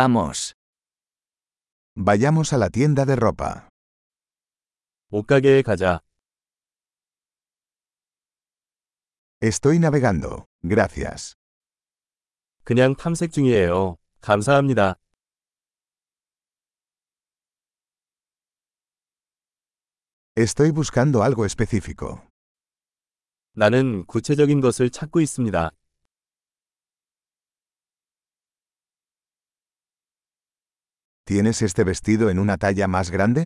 Vamos. Vayamos a la tienda de ropa. 옷가게에 가자. Estoy navegando, gracias. 그냥 탐색 중이에요. 감사합니다. Estoy buscando algo específico. 나는 구체적인 것을 찾고 있습니다. ¿Tienes este vestido en una talla más grande?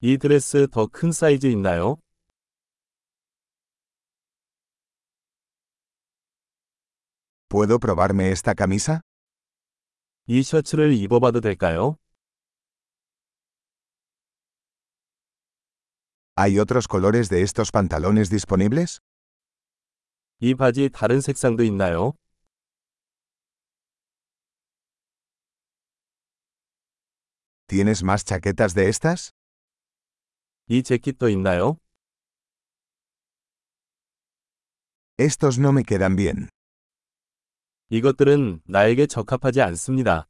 이 드레스 더 큰 사이즈 있나요? ¿Puedo probarme esta camisa? 이 셔츠를 입어봐도 될까요? ¿Hay otros colores de estos pantalones disponibles? 이 바지 다른 색상도 있나요? ¿Tienes más chaquetas de estas? 이 재킷도 있나요? Estos no me quedan bien. 이것들은 나에게 적합하지 않습니다.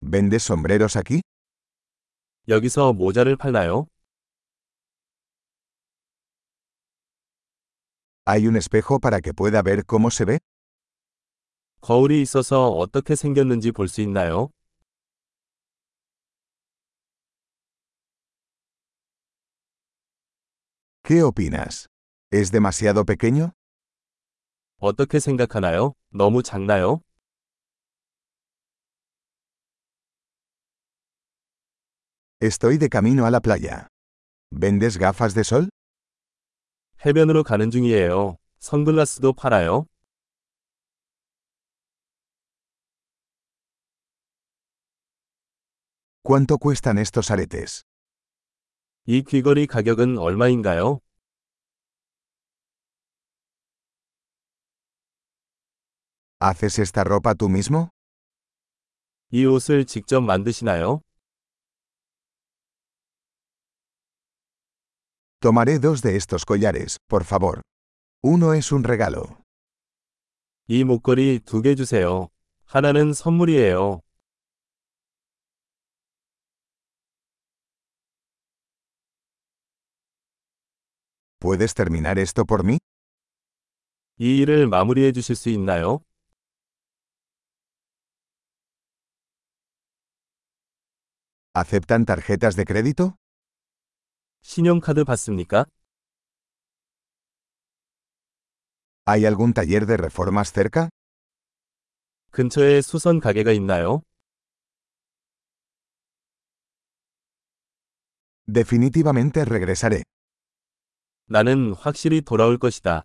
¿Vendes sombreros aquí? 여기서 모자를 팔나요? ¿Hay un espejo para que pueda ver cómo se ve? 거울이 있어서 어떻게 생겼는지 볼 수 있나요? ¿Qué opinas? ¿Es demasiado pequeño? 어떻게 생각하나요? 너무 작나요? Estoy de camino a la playa. ¿Vendes gafas de sol? 해변으로 가는 중이에요. 선글라스도 팔아요? ¿Cuánto cuestan estos aretes? 이 귀걸이 가격은 얼마인가요? ¿Haces esta ropa tú mismo? 이 옷을 직접 만드시나요? Tomaré dos de estos collares, por favor. Uno es un regalo. 이 목걸이 두 개 주세요. 하나는 선물이에요. ¿Puedes terminar esto por mí? 이 일을 마무리해 주실 수 있나요? ¿Aceptan tarjetas de crédito? 신용카드 받습니까? ¿Hay algún taller de reformas cerca? 근처에 수선 가게가 있나요? Definitivamente regresaré. 나는 확실히 돌아올 것이다.